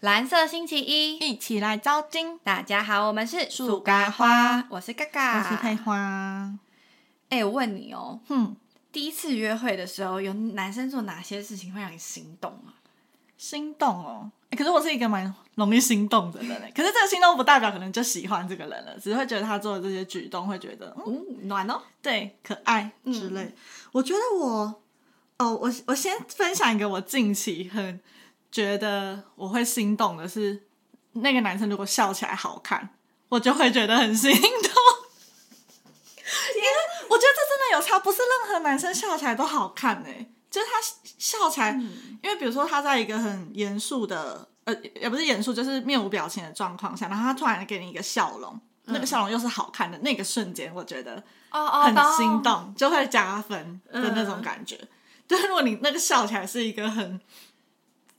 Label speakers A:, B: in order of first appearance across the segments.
A: 蓝色星期一，
B: 一起来招金，
A: 大家好，我们是
B: 树咖花
A: 我是嘎
B: 我
A: 嘎，
B: 是佩花。
A: 哎、我问你哦，
B: 哼，
A: 第一次约会的时候，有男生做哪些事情会让你心动啊？
B: 心动哦、欸可是我是一个蛮容易心动的人欸、可是这个心动不代表可能就喜欢这个人了，只是会觉得他做的这些举动会觉得，嗯，
A: 哦，暖哦，
B: 对，可爱之类。我觉得我，哦，我我先分享一个我近期很觉得我会心动的是，那个男生如果笑起来好看，我就会觉得很心动。因为我觉得这真的有差，不是任何男生笑起来都好看哎、就是他笑起来，因为比如说他在一个很严肃的，呃，也不是严肃，就是面无表情的状况下，然后他突然给你一个笑容，那个笑容又是好看的，那个瞬间，我觉得
A: 哦哦，
B: 很
A: 懂
B: 心，动，就会加分的那种感觉。但如果你那个笑起来是一个很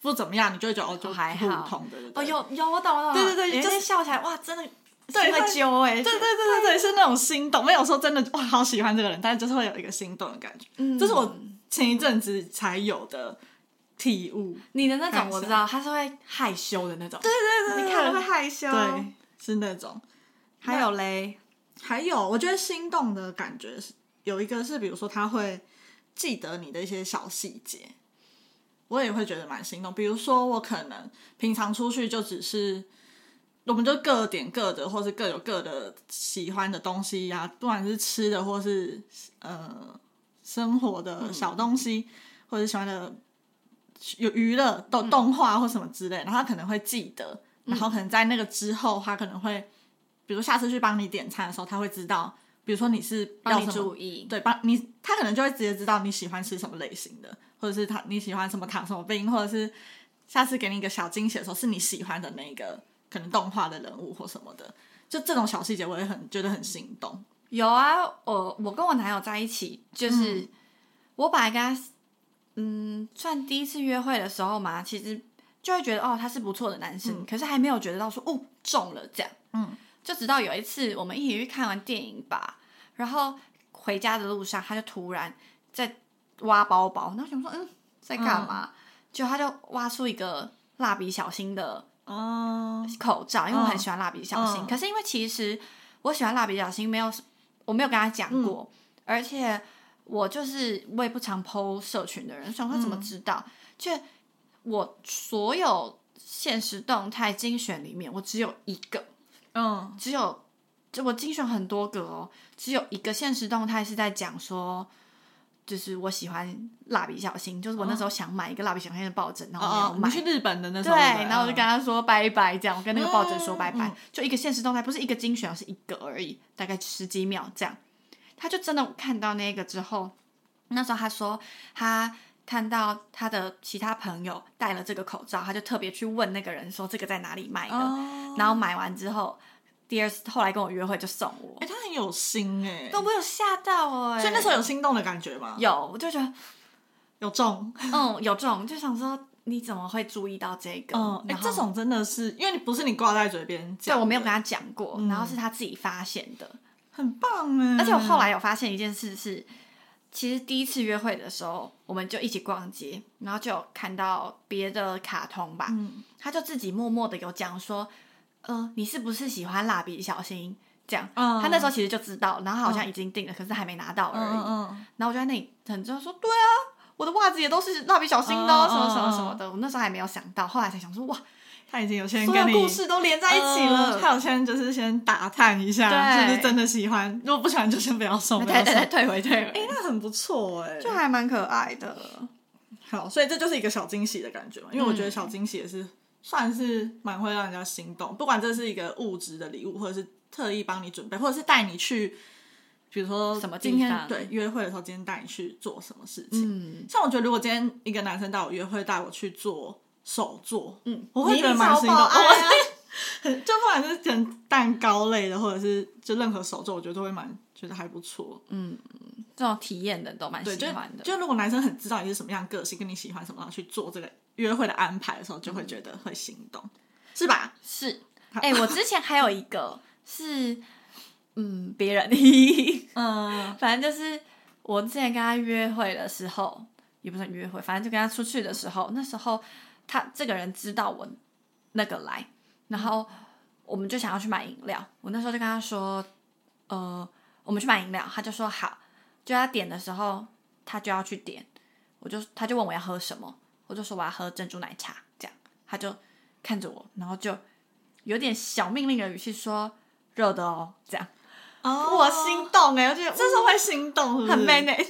B: 不怎么样，你就会觉得哦，就
A: 还
B: 普
A: 好
B: 通的。对
A: 哦，
B: 对
A: 有有，我懂我懂，
B: 对对对
A: 有一
B: 就
A: 些
B: 是
A: 笑起来，哇，真的
B: 对
A: 心会
B: 会
A: 揪哎、
B: 对对对对对，是那种心动，没有说真的哇，好喜欢这个人，但是就是会有一个心动的感觉。
A: 嗯
B: 这是我前一阵子才有的体悟。
A: 你的那种
B: 感
A: 我
B: 受
A: 知道，他是会害羞的那种，对
B: 对
A: 你看了会害羞，
B: 对，是那种。
A: 还有嘞，
B: 还有，我觉得心动的感觉是有一个是，比如说他会记得你的一些小细节，我也会觉得蛮心动。比如说，我可能平常出去就只是，我们就各点各的，或是各有各的喜欢的东西呀、不管是吃的或是呃生活的小东西，或者喜欢的有娱乐动动画或什么之类，然后他可能会记得，然后可能在那个之后，他可能会，比如下次去帮你点餐的时候，他会知道，比如说你是要
A: 帮你
B: 什么
A: 注意，
B: 对，帮你，他可能就会直接知道你喜欢吃什么类型的，或者是他你喜欢什么糖什么冰，或者是下次给你一个小惊喜的时候，是你喜欢的那个可能动画的人物或什么的，就这种小细节，我也很觉得很心动。
A: 有啊，我我跟我男友在一起，就是、我本来跟他，嗯，算第一次约会的时候嘛，其实就会觉得哦他是不错的男生，可是还没有觉得到说哦中了这样，
B: 嗯，
A: 就直到有一次我们一起去看完电影吧，然后回家的路上他就突然在挖包包，然后想说嗯在干嘛，就他就挖出一个蜡笔小新的
B: 哦，
A: 口罩，因为我很
B: 嗯
A: 喜欢蜡笔小新。
B: 嗯
A: 可是因为其实我喜欢蜡笔小新，没有我没有跟他讲过，
B: 嗯
A: 而且我就是我也不常 PO 社群的人，想他怎么知道？却我所有现实动态精选里面，我只有一个，
B: 嗯，
A: 只有就我精选很多个哦，只有一个现实动态是在讲说。就是我喜欢蜡笔小新，就是我
B: 嗯
A: 那时候想买一个蜡笔小新的抱枕，然后没有
B: 哦，
A: 买。
B: 我们去日本的那时
A: 对
B: 候，，
A: 然后我就跟
B: 嗯
A: 他说拜拜，这样我跟那个抱枕说拜
B: 嗯
A: 拜，
B: 嗯
A: 就一个现实动态，不是一个精选，是一个而已，大概十几秒这样。他就真的看到那个之后，那时候他说他看到他的其他朋友戴了这个口罩，他就特别去问那个人说这个在哪里买的，
B: 哦，
A: 然后买完之后，第二次后来跟我约会就送我
B: 哎、，他很有心哎、
A: 但我有吓到哎、
B: 所以那时候有心动的感觉吗？
A: 有，我就觉得
B: 有中，
A: 嗯有这种，就想说你怎么会注意到这个？
B: 嗯， 哎、
A: 然后
B: 这种真的是，因为你不是你挂在嘴边
A: 对
B: 讲，
A: 我没有跟，他讲过，
B: 嗯
A: 然后是他自己发现的。
B: 很棒哎、
A: 而且我后来有发现一件事是，其实第一次约会的时候，我们就一起逛街，然后就有看到别的卡通吧，
B: 嗯，
A: 他就自己默默的有讲说，呃，你是不是喜欢蜡笔小新？这样，
B: 嗯
A: 他那时候其实就知道，然后好像已经订了，可是还没拿到而已。
B: 嗯嗯。
A: 然后我就在那里很知道说，对啊，我的袜子也都是蜡笔小新的哦、
B: 嗯
A: 什么什么
B: 嗯
A: 什么的。我那时候还没有想到，后来才想说，哇，
B: 他已经有先
A: 所
B: 跟
A: 有
B: 你
A: 故事都连在一起了。
B: 嗯他有先就是先打探一下
A: 对
B: 是不是真的喜欢，如果不喜欢就先不要送，
A: 对
B: 不要送。
A: 对对，
B: 哎、
A: 退回退回，
B: 那很不错哎、
A: 就还蛮可爱的。
B: 好，所以这就是一个小惊喜的感觉嘛，因为我觉得
A: 嗯
B: 小惊喜也是、算是蛮会让人家心动，不管这是一个物质的礼物，或者是特意帮你准备，或者是带你去，比如说
A: 什么地
B: 今天
A: 方
B: 对约会的时候，今天带你去做什么事情。
A: 嗯，
B: 像我觉得，如果今天一个男生带我约会，带我去做手作，
A: 嗯
B: 我会觉得蛮心动。
A: 你一定超爆爱啊
B: 我会 很就不管是整蛋糕类的，或者是就任何手作，我觉得都会蛮觉得还不错。
A: 嗯这种体验的都蛮
B: 对，
A: 喜
B: 就
A: 欢的。
B: 就如果男生很知道你是什么样的个性，跟你喜欢什么，然后去做这个约会的安排的时候，就会觉得会心动，是吧？
A: 是，哎、我之前还有一个是，嗯，别人，嘿
B: 嗯
A: 反正就是我之前跟他约会的时候，也不算约会，反正就跟他出去的时候，那时候他这个人知道我那个来，然后我们就想要去买饮料。我那时候就跟他说，呃，我们去买饮料，他就说好。就他点的时候，他就要去点，我就他就问我要喝什么，我就说我要喝珍珠奶茶，这样他就看着我，然后就有点小命令的语气说热的哦，这样
B: 哦
A: 我心动哎、我觉得
B: 这时候会心动是不是，
A: 很 man 哎、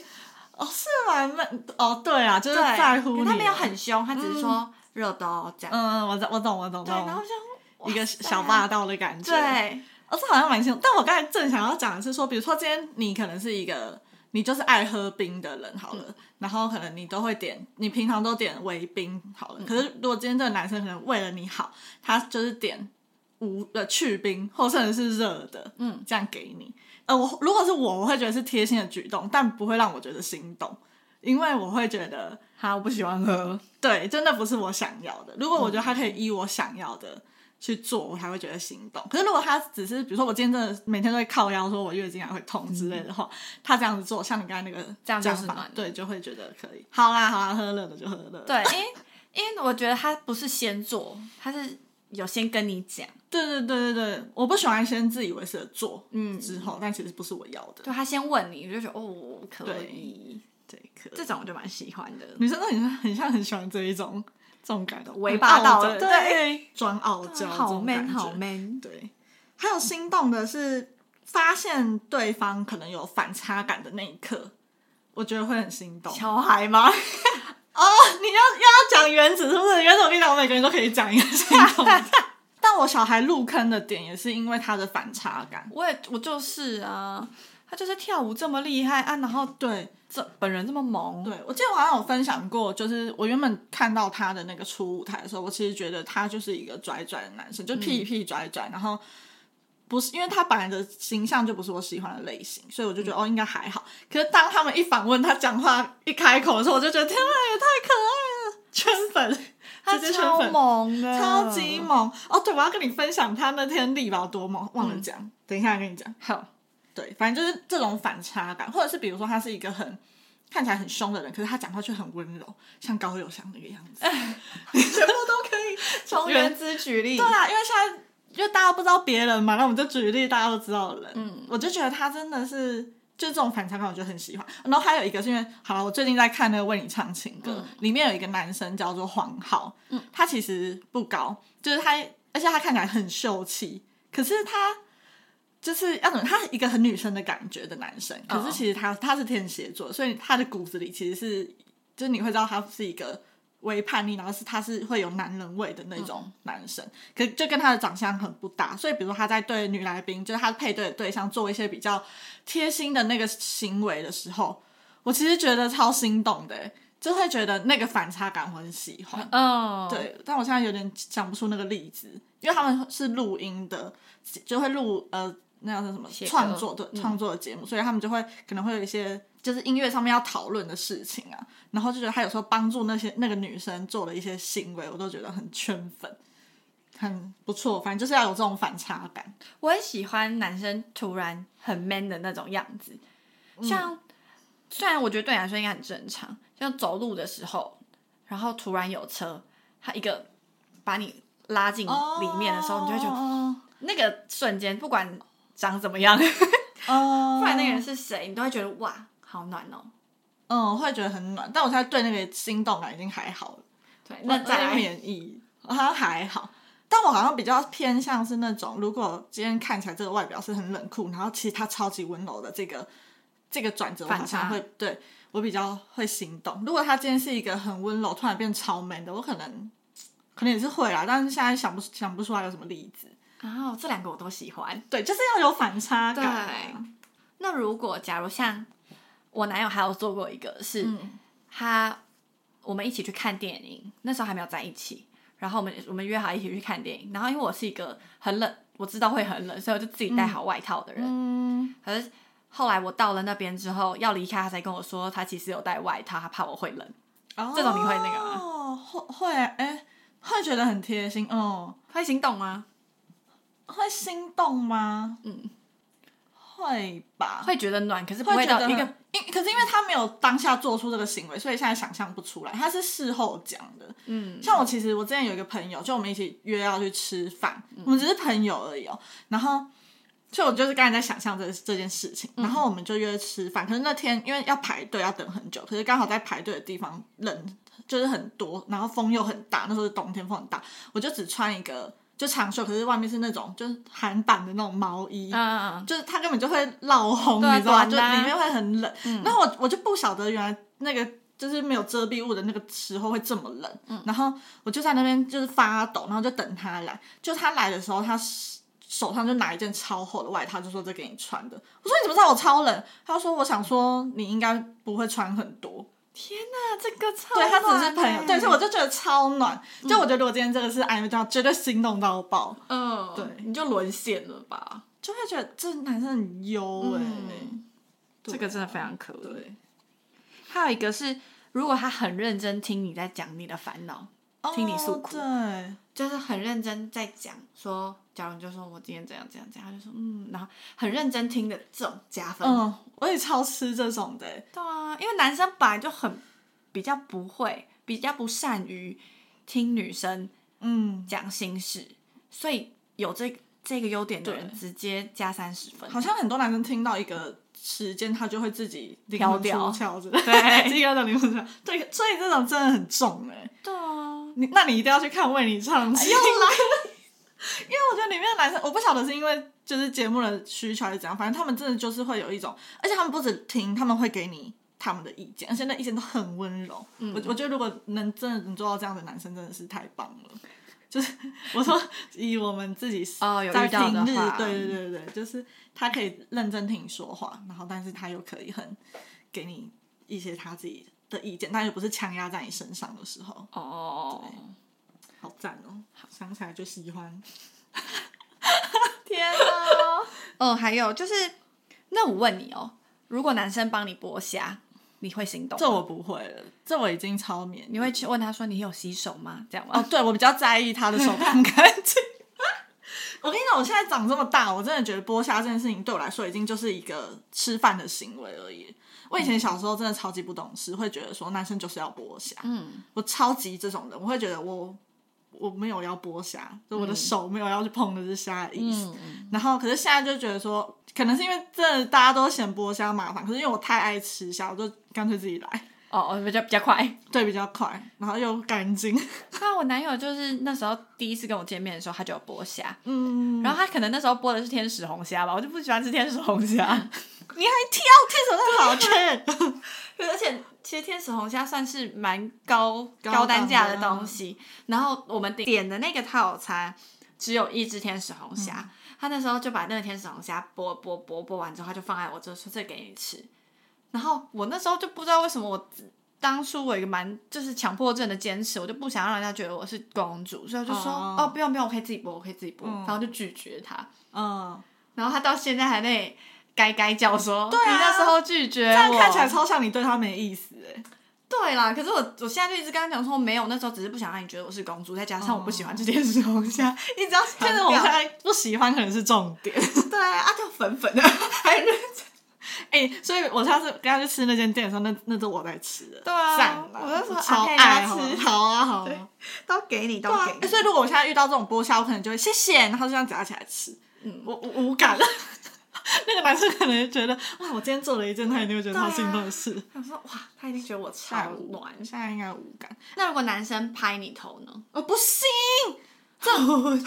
B: 哦，是蛮 man 哦，对啊，就是
A: 对，
B: 在乎
A: 可
B: 你，嗯
A: 他没有很凶，他只是说热的哦，这样。
B: 嗯，嗯，我懂，我懂，我懂，
A: 对，
B: 懂
A: 然后就
B: 一个小霸道的感觉，
A: 啊对，
B: 哦，这好像蛮像，但我刚才正想要讲的是说，比如说今天你可能是一个你就是爱喝冰的人好了，然后可能你都会点，你平常都点微冰好了。可是如果今天这个男生可能为了你好，他就是点无呃去冰或甚至是热的，嗯，这样给你。呃，我如果是我，我会觉得是贴心的举动，但不会让我觉得心动，因为我会觉得
A: 好，我不喜欢喝。
B: 对，真的不是我想要的。如果
A: 嗯
B: 我觉得他可以依我想要的去做，我才会觉得心动。可是如果他只是，比如说我今天真的每天都会靠腰说我月经来会痛之类的话，他这样子做，像你刚才那个
A: 嗯这样就
B: 讲
A: 是
B: 法
A: 暖，
B: 对，就会觉得可以。好啦好啦，喝热的就喝热的。
A: 对，因为因为我觉得他不是先做，他是有先跟你讲，
B: 对对对对对，我不喜欢先自以为是的做，
A: 嗯
B: 之后，但其实不是我要的。
A: 对他先问你，你就觉得哦可以，
B: 对，可
A: 这种我就蛮喜欢的。
B: 女生都很像很像很喜欢这一种这种感觉，
A: 微霸道
B: 很傲娇
A: 的
B: 对，装傲娇，这
A: 好
B: 种感
A: man，
B: 觉
A: 好 man，
B: 对，还有心动的是发现对方可能有反差感的那一刻，我觉得会很心动。
A: 小孩吗？
B: 你要要讲原子是不是？原子我跟你讲，我每个人都可以讲一个心动的。 但我小孩入坑的点也是因为他的反差感。
A: 我也我就是啊，他就是跳舞这么厉害啊，然后
B: 哦对
A: 这本人这么萌，
B: 对，我记得我好像有分享过，就是我原本看到他的那个初舞台的时候，我其实觉得他就是一个拽拽的男生，
A: 嗯
B: 就屁屁拽拽，然后不是因为他本来的形象就不是我喜欢的类型，所以我就
A: 嗯
B: 觉得、哦应该还好。可是当他们一访问他讲话一开口的时候，我就觉得天哪，也太可爱了，圈粉，
A: 他
B: 直接圈
A: 超嗯
B: 粉
A: 萌的，
B: 超级萌哦！对，我要跟你分享他那天力宝多萌，忘了
A: 嗯
B: 讲，等一下跟你讲。
A: 好，
B: 对，反正就是这种反差感，或者是比如说他是一个很看起来很凶的人，可是他讲话却很温柔，像高友祥那个样子，你 全部都可以
A: 从原啊子举例，
B: 对啦，因为现在因为大家不知道别人嘛，那我们就举例大家都知道的人。嗯，我就觉得他真的是就这种反差感，我就很喜欢。然后还有一个是因为，好了，我最近在看那个《为你唱情歌》里面有一个男生叫做黄浩，嗯，他其实不高，就是他，而且他看起来很秀气，可是他。就是要怎么？他一个很女生的感觉的男生，可是
A: 哦
B: 其实他他是天蝎座，所以他的骨子里其实是，就是你会知道他是一个微叛逆，然后是他是会有男人味的那种男生，可就跟他的长相很不搭。所以比如说他在对女来宾，就是他配对的对象做一些比较贴心的那个行为的时候，我其实觉得超心动的、就会觉得那个反差感我很喜欢。
A: 嗯，
B: 对，但我现在有点讲不出那个例子，因为他们是录音的，就会录呃那叫做什么
A: 写歌嗯
B: 创作的创作的节目，所以他们就会可能会有一些就是音乐上面要讨论的事情啊，然后就觉得他有时候帮助那些那个女生做了一些行为，我都觉得很圈粉，很不错，反正就是要有这种反差感。
A: 我很喜欢男生突然很 man 的那种样子，
B: 嗯
A: 像、虽然我觉得对你来说应该很正常，像走路的时候，然后突然有车，他一个把你拉进里面的时候，你就会觉得
B: 哦，
A: 那个瞬间，不管长怎么 样，不
B: 哦
A: 然那个人是谁，你都会觉得哇，好暖哦。
B: 嗯，会觉得很暖，但我现在对那个心动感已经还好了。
A: 对，
B: 那
A: 那再来，
B: 免疫，好像还好。但我好像比较偏向是那种，如果今天看起来这个外表是很冷酷，然后其实他超级温柔的这个这个转折，我好
A: 反差
B: 像会对我比较会心动。如果他今天是一个很温柔，突然变超 man 的，我可能可能也是会啦，但是现在想不想不出来有什么例子。
A: 哦，这两个我都喜欢。
B: 对，就是要有反差感啊。
A: 那如果假如像我男友还有做过一个是，
B: 嗯
A: 他我们一起去看电影，那时候还没有在一起，然后我们我们约好一起去看电影，然后因为我是一个很冷，我知道会很冷，所以我就自己带好外套的人。
B: 嗯，
A: 可是后来我到了那边之后要离开，他才跟我说他其实有带外套，他怕我会冷，这种你会那个吗
B: 哦，会会哎、会觉得很贴心，嗯，
A: 会心动吗？
B: 会心动吗？
A: 嗯，
B: 会吧，
A: 会觉得暖，可是不会
B: 觉
A: 到
B: 得
A: 一
B: 很
A: 个，
B: 因可是因为他没有当下做出这个行为，所以现在想象不出来，他是事后讲的。
A: 嗯，
B: 像我其实我之前有一个朋友，就我们一起约要去吃饭，我们只是朋友而已哦、然后，所以我就是刚才在想象这这件事情，然后我们就约吃饭。可是那天因为要排队要等很久，可是刚好在排队的地方人就是很多，然后风又很大，那时候是冬天风很大，我就只穿一个就长袖，可是外面是那种就是韩版的那种毛衣，
A: 嗯嗯嗯，
B: 就是它根本就会老红，
A: 对啊嗯
B: 你知道吗？就
A: 短的啊
B: 里面会很冷。然后我我就不晓得原来那个就是没有遮蔽物的那个时候会这么冷。
A: 嗯
B: 然后我就在那边就是发抖，然后就等他来。就他来的时候，他手手上就拿一件超厚的外套，就说这给你穿的。我说你怎么知道我超冷？他就说我想说你应该不会穿很多。
A: 天哪，这个超
B: 对他只是
A: 暖
B: 朋友，
A: 欸
B: 对，所以我就觉得超暖。就我觉得如果今天这个是暧昧对象，绝对心动到爆，
A: 嗯，啊
B: 对
A: 你就沦陷了吧？
B: 就会觉得这男生很优哎、
A: 嗯这个真的非常可恶。
B: 对。
A: 还有一个是，如果他很认真听你在讲你的烦恼，听你诉苦
B: 哦
A: 就是很认真在讲说，假如你就说我今天怎样怎样怎样，他就说嗯，然后很认真听的这种加
B: 对，
A: 分。
B: 嗯，我也超吃这种的欸、
A: 对啊，因为男生本来就很比较不会，比较不善于听女生
B: 嗯，
A: 讲心事，所以有这这个优点的人
B: 对
A: 直接加三十分。
B: 好像很多男生听到一个时间，他就会自己灵魂出
A: 飘
B: 窍 之类的，
A: 对
B: 饥饿的灵魂出窍，对，所以这种真的很重哎、
A: 对啊，
B: 你那你一定要去看为你
A: 哎
B: 唱起，又来，因为我觉得里面的男生，我不晓得是因为就是节目的需求还是怎样，反正他们真的就是会有一种，而且他们不止听，他们会给你他们的意见，而且那意见都很温柔。
A: 嗯
B: 我我觉得如果能真的能做到这样的男生，真的是太棒了。就是我说以我们自己
A: 哦有遇
B: 在
A: 到的
B: 平日
A: 话，
B: 对对对对，就是他可以认真听你说话，然后但是他又可以很给你一些他自己的意见，但又不是强压在你身上的时候。
A: 哦，
B: 好赞哦！想起来就喜欢。
A: 天 哪！嗯，还有就是，那我问你哦，如果男生帮你剥虾，你会心动吗？
B: 这我不会了，这我已经超免疫。
A: 你会去问他说你有洗手吗？这样吗？
B: 哦，对我比较在意他的手干不干净。 我跟你讲，我现在长这么大，我真的觉得剥虾这件事情对我来说已经就是一个吃饭的行为而已。我以前小时候真的超级不懂事，会觉得说男生就是要剥虾，
A: 嗯，
B: 我超级这种人，我会觉得我我没有要剥虾，就我的手没有要去碰那只虾的
A: 嗯
B: 意思。然后，可是现在就觉得说，可能是因为真的大家都嫌剥虾麻烦，可是因为我太爱吃虾，我就干脆自己来，
A: 哦哦，比较比较快。
B: 对，比较快，然后又干净。
A: 那我男友就是那时候第一次跟我见面的时候，他就有剥虾，
B: 嗯，
A: 然后他可能那时候剥的是天使红虾吧，我就不喜欢吃天使红虾，
B: 你还挑这种那好吃，
A: 而且其实天使红虾算是蛮高
B: 高
A: 高单价的
B: 档的啊
A: 东西。然后我们点的那个套餐只有一只天使红虾，
B: 嗯
A: 他那时候就把那个天使红虾剥剥剥剥完之后，他就放在我这说这给你吃。然后我那时候就不知道为什么我。当初我有一个蛮就是强迫症的坚持，我就不想让人家觉得我是公主，所以我就说哦
B: 哦
A: 不用不用，我可以自己剥，我可以自己剥，然后就拒绝他。
B: 嗯，
A: 然后他到现在还在该该叫说，
B: 对啊
A: 你那时候拒绝
B: 这样
A: 我，
B: 看起来超像你对他没意思哎。
A: 对啦，可是我我现在就一直跟他讲说没有，那时候只是不想让你觉得我是公主，再加上我不喜
B: 哦
A: 欢吃天使红虾，一直要
B: 但
A: 但
B: 是
A: 是
B: 我
A: 我
B: 现
A: 们
B: 在不喜欢可能是重点。
A: 对啊，就粉粉的， 还认真
B: 哎、所以我上次跟他去吃那间店的时候，那那都我在吃的，
A: 对啊
B: 赞啦
A: 我就说
B: 超
A: 啊可以
B: 爱
A: 让他吃
B: 好啊好啊。
A: 都给你，都
B: 对啊，欸所以如果我现在遇到这种剥虾，我可能就会谢谢，然后就这样夹起来吃。
A: 嗯
B: 我我无感。 那个男生可能觉得，哇，我今天做了一件他一定会觉得
A: 对啊
B: 超心动的 事。
A: 他说哇，他一定觉得我超暖。
B: 现在应该无感。
A: 那如果男生拍你头呢？
B: 我不行，
A: 我想要给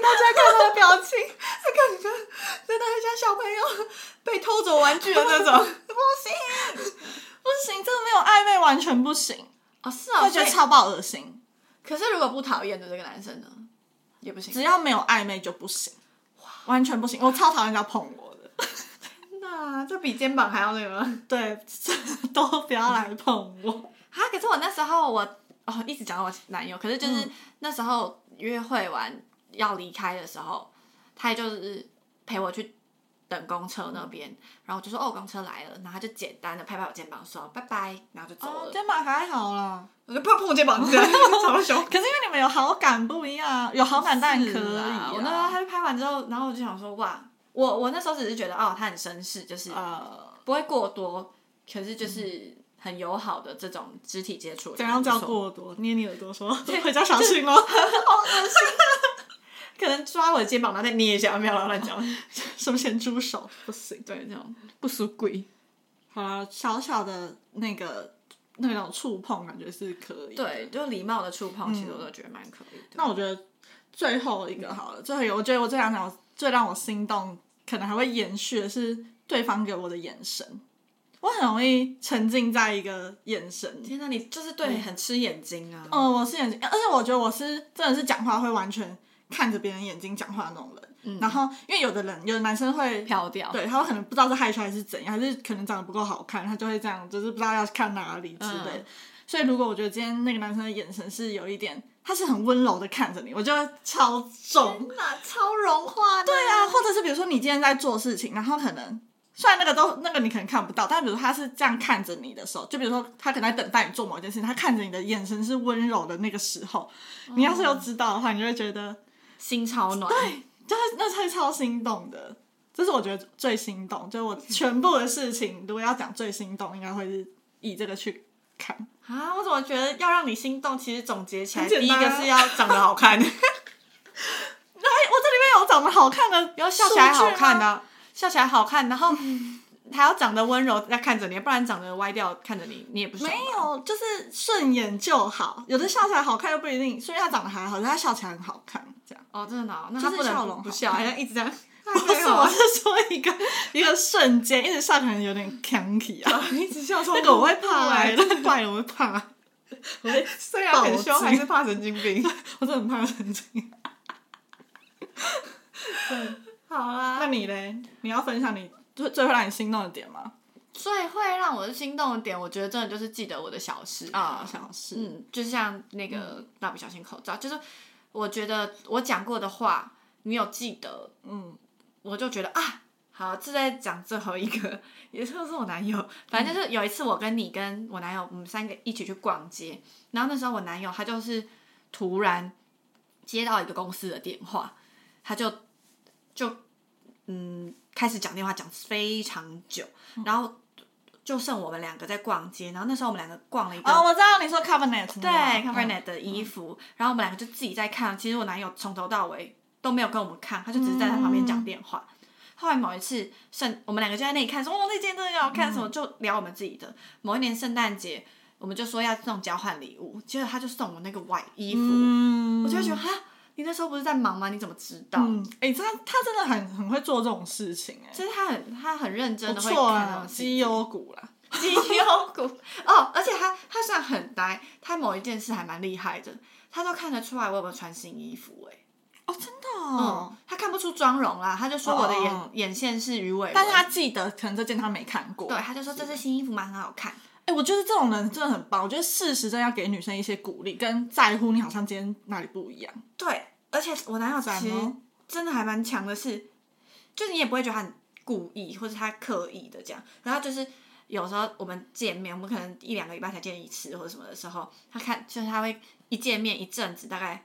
A: 大家看他的表情，这感觉真的很像小朋友被偷走玩具的那 种。
B: 不行，这个没有暧昧完全不行，
A: 哦，是
B: 会
A: 哦，
B: 觉
A: 所以
B: 得超爆恶心。
A: 可是如果不讨厌的这个男生呢，也不行。
B: 只要没有暧昧就不行，完全不行。我超讨厌人家碰我的，
A: 那这比肩膀还要那个吗。
B: 对， 都不要来碰我。
A: 啊，可是我那时候我哦一直讲到我男友，可是就是
B: 嗯
A: 那时候约会完要离开的时候，他也就是陪我去等公车那边，然后我就说哦公车来了，然后他就简单的拍拍我肩膀说拜拜，然后就走
B: 哦
A: 了，。
B: 肩膀还好 啦，
A: 我就碰碰我肩 膀，超凶。
B: 可是因为你们有好感不一样，有好感当然可以
A: 是
B: 啊。
A: 啊我那时候他就拍完之后，然后我就想说哇，我我那时候只是觉得哦，他很绅士，就是
B: 呃，
A: 不会过多，可是就是很友好的这种肢体接触。
B: 怎样叫？过多？捏你耳朵 说回家小心哦咯，
A: 可能抓我的肩膀，然后再捏一下，没有啦乱讲。
B: 什么咸猪手不行。
A: 对，那种不属鬼。
B: 好啦，小小的那个那种触碰，感觉是可以。
A: 对，，就礼貌的触碰，其实我都觉得蛮可以的。
B: 那我觉得最后一个好了，最后一个我觉得我这两条最让我心动，可能还会延续的是对方给我的眼神。我很容易沉浸在一个眼神
A: 天哪，你就是对很吃眼睛啊！
B: 嗯，我是眼睛，而且我觉得我是真的是讲话会完全看着别人眼睛讲话的那种人。然后，因为有的人，有的男生会，
A: 飘掉。
B: 对，他可能不知道是害羞还是怎样，还是可能长得不够好看，他就会这样，就是不知道要看哪里之类的。
A: 嗯
B: 所以，如果我觉得今天那个男生的眼神是有一点，他是很温柔的看着你，我就会超重。
A: 哪，超融化。对
B: 对啊，，或者是比如说你今天在做事情，然后可能虽然那个都那个你可能看不到，但比如说他是这样看着你的时候，就比如说他可能在等待你做某一件事情，他看着你的眼神是温柔的那个时候，你要是有知道的话，你就会觉得
A: 心超暖。
B: 就是那才超心动的。这是我觉得最心动，就是 我全部的事情，如果要讲最心动，应该会是以这个去看。哎
A: 啊，我怎么觉得要让你心动？其实总结起来，
B: 很简
A: 第一
B: 单啊
A: 个是要长得 好
B: 哎，
A: 看，
B: 我这里面有长得好看的，
A: 要笑起来好看
B: 的、
A: 啊，笑起来好看，然后
B: 嗯
A: 还要长得温柔在看着你，不然长得歪掉看着你，你也不爽吧
B: 没有，就是顺眼就好。有的笑起来好看又不一定，虽然他长得还好，但他笑起来很好看，这样。
A: 哦，真的哦，那
B: 就
A: 他
B: 是
A: 不能
B: 笑容
A: 不
B: 好
A: 笑，
B: 看
A: 还要一 直这样。
B: 不是， 我是说一个一个瞬间，一直笑可能有点 kinky 啊，
A: 一直笑说
B: 那个我会怕 哎、那个怪人我会怕，
A: 虽然很凶，
B: 爆汁
A: 还是怕神经病。
B: 我真的很怕神经。
A: 好啊啦
B: 那，你嘞？你要分享你最最会让你心动的点吗？
A: 最会让我心动的点，我觉得真的就是记得我的小事
B: 啊，小事，嗯
A: 嗯，就像那个蜡笔小新口罩，就是我觉得我讲过的话，你有记得，
B: 嗯，
A: 我就觉得啊，好，这在讲最后一个，也就是我男友。反正就是有一次我跟你跟我男友，我们三个一起去逛街，然后那时候我男友他就是突然接到一个公司的电话，他就就嗯开始讲电话讲非常久，然后。就剩我们两个在逛街，然后那时候我们两个逛了一个
B: 哦，我知道你说 cabinet，
A: 对 c a b e r n
B: 嗯
A: e t 的衣服，然后我们两个就自己在看。其实我男友从头到尾都没有跟我们看，他就只是在他旁边讲电话。
B: 嗯
A: 后来某一次圣，我们两个就在那里看，说哦那件真的好看，什么
B: 嗯
A: 就聊我们自己的。某一年圣诞节，我们就说要送交换礼物，结果他就送我那个外衣服，
B: 嗯，
A: 我就会觉得哈，你那时候不是在忙吗？你怎么知道？
B: 嗯，哎、他他真的很很会做这种事情、哎，
A: 其实他很他很认
B: 不
A: 真的会
B: 错
A: 看
B: 啊
A: 到，
B: 绩优股啦，
A: 绩优股哦，而且他他虽然很呆，他某一件事还蛮厉害的，他都看得出来我有没有穿新衣服哎、
B: 哦，真的
A: 嗯，他看不出妆容啦，他就说我的眼、
B: 哦哦哦
A: 眼线是鱼尾纹，
B: 但是他记得，可能这件他没看过。
A: 对，他就说这是新衣服嘛，很好看。
B: 哎、我觉得这种人真的很棒。我觉得事实真的要给女生一些鼓励，跟在乎你好像今天哪里不一样。
A: 对，而且我男友其
B: 赞
A: 实
B: 哦
A: 真的还蛮强的是，就你也不会觉得他很故意或者他刻意的这样，然后就是。有时候我们见面，我们可能一两个礼拜才见一次或者什么的时候，他看就是他会一见面一阵子，大概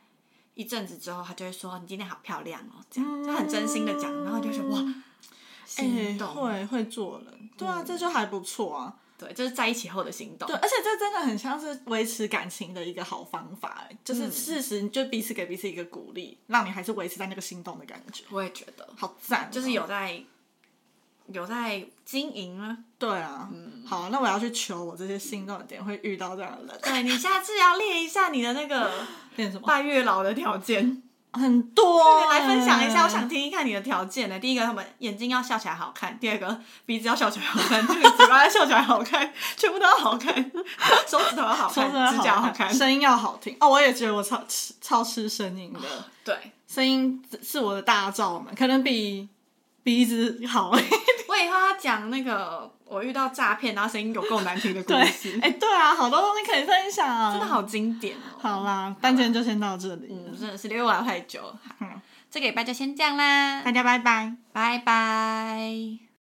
A: 一阵子之后，他就会说你今天好漂亮哦，这样，他很真心的讲，然后你就觉得哇，心
B: 哎、
A: 动，
B: 会会做人，对啊，这就还不错啊。
A: 对，就是在一起后的心动，
B: 对，而且这真的很像是维持感情的一个好方法、哎就是事实，你就彼此给彼此一个鼓励，让你还是维持在那个心动的感觉，
A: 我也觉得，
B: 好赞哦、
A: 就是有在有在经营了。
B: 对啊，
A: 嗯
B: 好，那我要去求我这些心动的点会遇到这样的人，
A: 对你下次要列一下你的那 个
B: 变什么
A: 拜月老的条件，
B: 很多、欸
A: 对，来分享一下，我想
B: 听。
A: 听听看你的条件呢。第一个，他们眼睛要笑起来好看；第二个，鼻子要笑起来好看；这个嘴巴要笑起来好看，全部都要好看，手指头要好
B: 说
A: 看，
B: 真的
A: 指甲要好看。
B: 声音要好听哦。我也觉得我超吃超吃声音 的，
A: 对，
B: 声音是我的大罩门，可能比鼻子好。欸
A: 我以后要讲那个我遇到诈骗，然后声音有够难听的故
B: 对，
A: 事，
B: 哎，对啊，好多东西可以分享啊，
A: 真的。好经典哦。
B: 好啦，但今天就先到这里，
A: 嗯，真的是溜完太久了。
B: 嗯
A: 这个礼拜就先这样啦
B: 大，家拜拜。
A: 拜拜。